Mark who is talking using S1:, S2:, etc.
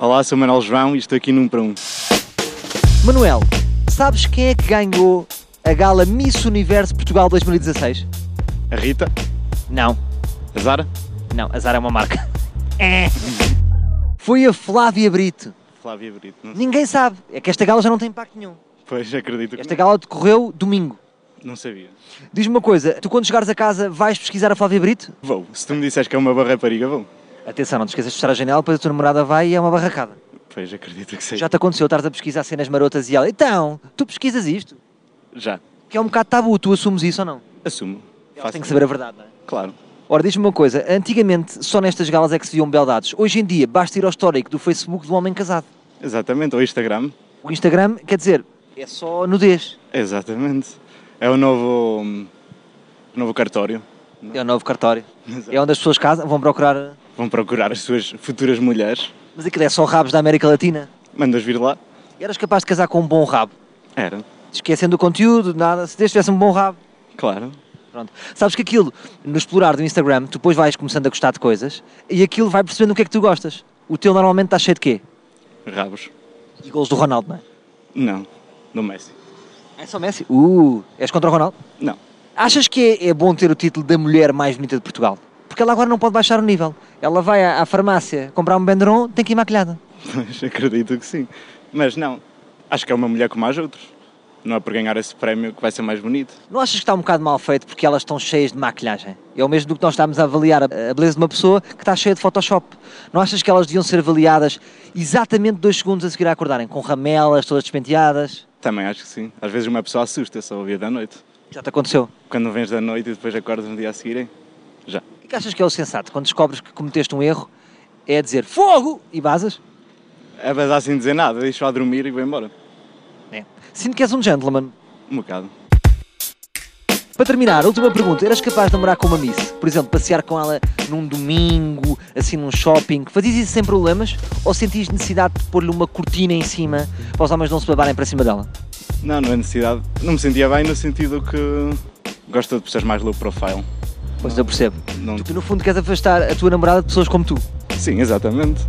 S1: Olá, sou Manuel João e estou aqui num para um.
S2: Manuel, sabes quem é que ganhou a gala Miss Universo Portugal 2016?
S1: A Rita,
S2: Não,
S1: a Zara,
S2: não, azar é uma marca. É. Foi a Flávia Brito.
S1: Flávia Brito. Não sei.
S2: Ninguém sabe. É que esta gala já não tem impacto nenhum.
S1: Pois, acredito que
S2: Esta gala decorreu domingo.
S1: não sabia.
S2: Diz-me uma coisa, tu quando chegares a casa vais pesquisar a Flávia Brito?
S1: Vou. Se tu me disseres que é uma boa rapariga, vou.
S2: Atenção, não te esqueças de fechar a janela, depois a tua namorada vai e é uma barracada.
S1: Pois, acredito que sei.
S2: Já te aconteceu, estás a pesquisar cenas marotas e ela, então, tu pesquisas isto?
S1: Já.
S2: Que é um bocado tabu, tu assumes isso ou não?
S1: Assumo.
S2: Ela
S1: Faço-
S2: tem que saber a verdade, não é?
S1: Claro.
S2: Ora, diz-me uma coisa, antigamente só nestas galas é que se viam beldades. Hoje em dia basta ir ao histórico do Facebook do homem casado.
S1: Exatamente. Ou Instagram.
S2: O Instagram, quer dizer, é só nudez.
S1: Exatamente. É o novo. hum, o novo cartório.
S2: É o novo cartório. É onde as pessoas casam, vão procurar.
S1: Vão procurar as suas futuras mulheres.
S2: Mas aquilo é só rabos da América Latina.
S1: Mandas vir lá.
S2: Eras capaz de casar com um bom rabo.
S1: Era.
S2: Esquecendo o conteúdo, nada, se desde tivesse um bom rabo.
S1: Claro.
S2: Pronto. Sabes que aquilo, no explorar do Instagram, tu depois vais começando a gostar de coisas e aquilo vai percebendo o que é que tu gostas. O teu normalmente está cheio de quê?
S1: Rabos.
S2: E gols do Ronaldo, não é?
S1: Não. Do Messi.
S2: É só Messi? Uh, és contra o Ronaldo?
S1: Não.
S2: Achas que é, é bom ter o título da mulher mais bonita de Portugal? Porque ela agora não pode baixar o nível. Ela vai à, à farmácia comprar um Benderon, tem que ir maquilhada.
S1: Pois, acredito que sim. Mas não, acho que é uma mulher como as outras. Não é por ganhar esse prémio que vai ser mais bonito.
S2: Não achas que está um bocado mal feito porque elas estão cheias de maquilhagem? É o mesmo do que nós estamos a avaliar a, a beleza de uma pessoa que está cheia de Photoshop. Não achas que elas deviam ser avaliadas exatamente dois segundos a seguir a acordarem? Com ramelas, todas despenteadas?
S1: Também acho que sim. Às vezes uma pessoa assusta-se ao ouvir da noite.
S2: Já te aconteceu?
S1: Quando vens da noite e depois acordas no dia a seguir, hein? já.
S2: O que é que achas que é o sensato quando descobres que cometeste um erro? É dizer fogo e vazas?
S1: É mas assim dizer nada, deixo-a dormir e vou embora.
S2: É. Sinto que és um gentleman.
S1: Um bocado.
S2: Para terminar, última pergunta. Eras capaz de namorar com uma miss? Por exemplo, passear com ela num domingo, assim num shopping? Fazias isso sem problemas? Ou sentias necessidade de pôr-lhe uma cortina em cima para os homens não se babarem para cima dela?
S1: Não, não é necessidade. Não me sentia bem no sentido que gosto de pessoas mais low profile.
S2: Pois eu percebo.
S1: Não...
S2: Tu, no fundo, queres afastar a tua namorada de pessoas como tu.
S1: Sim, exatamente.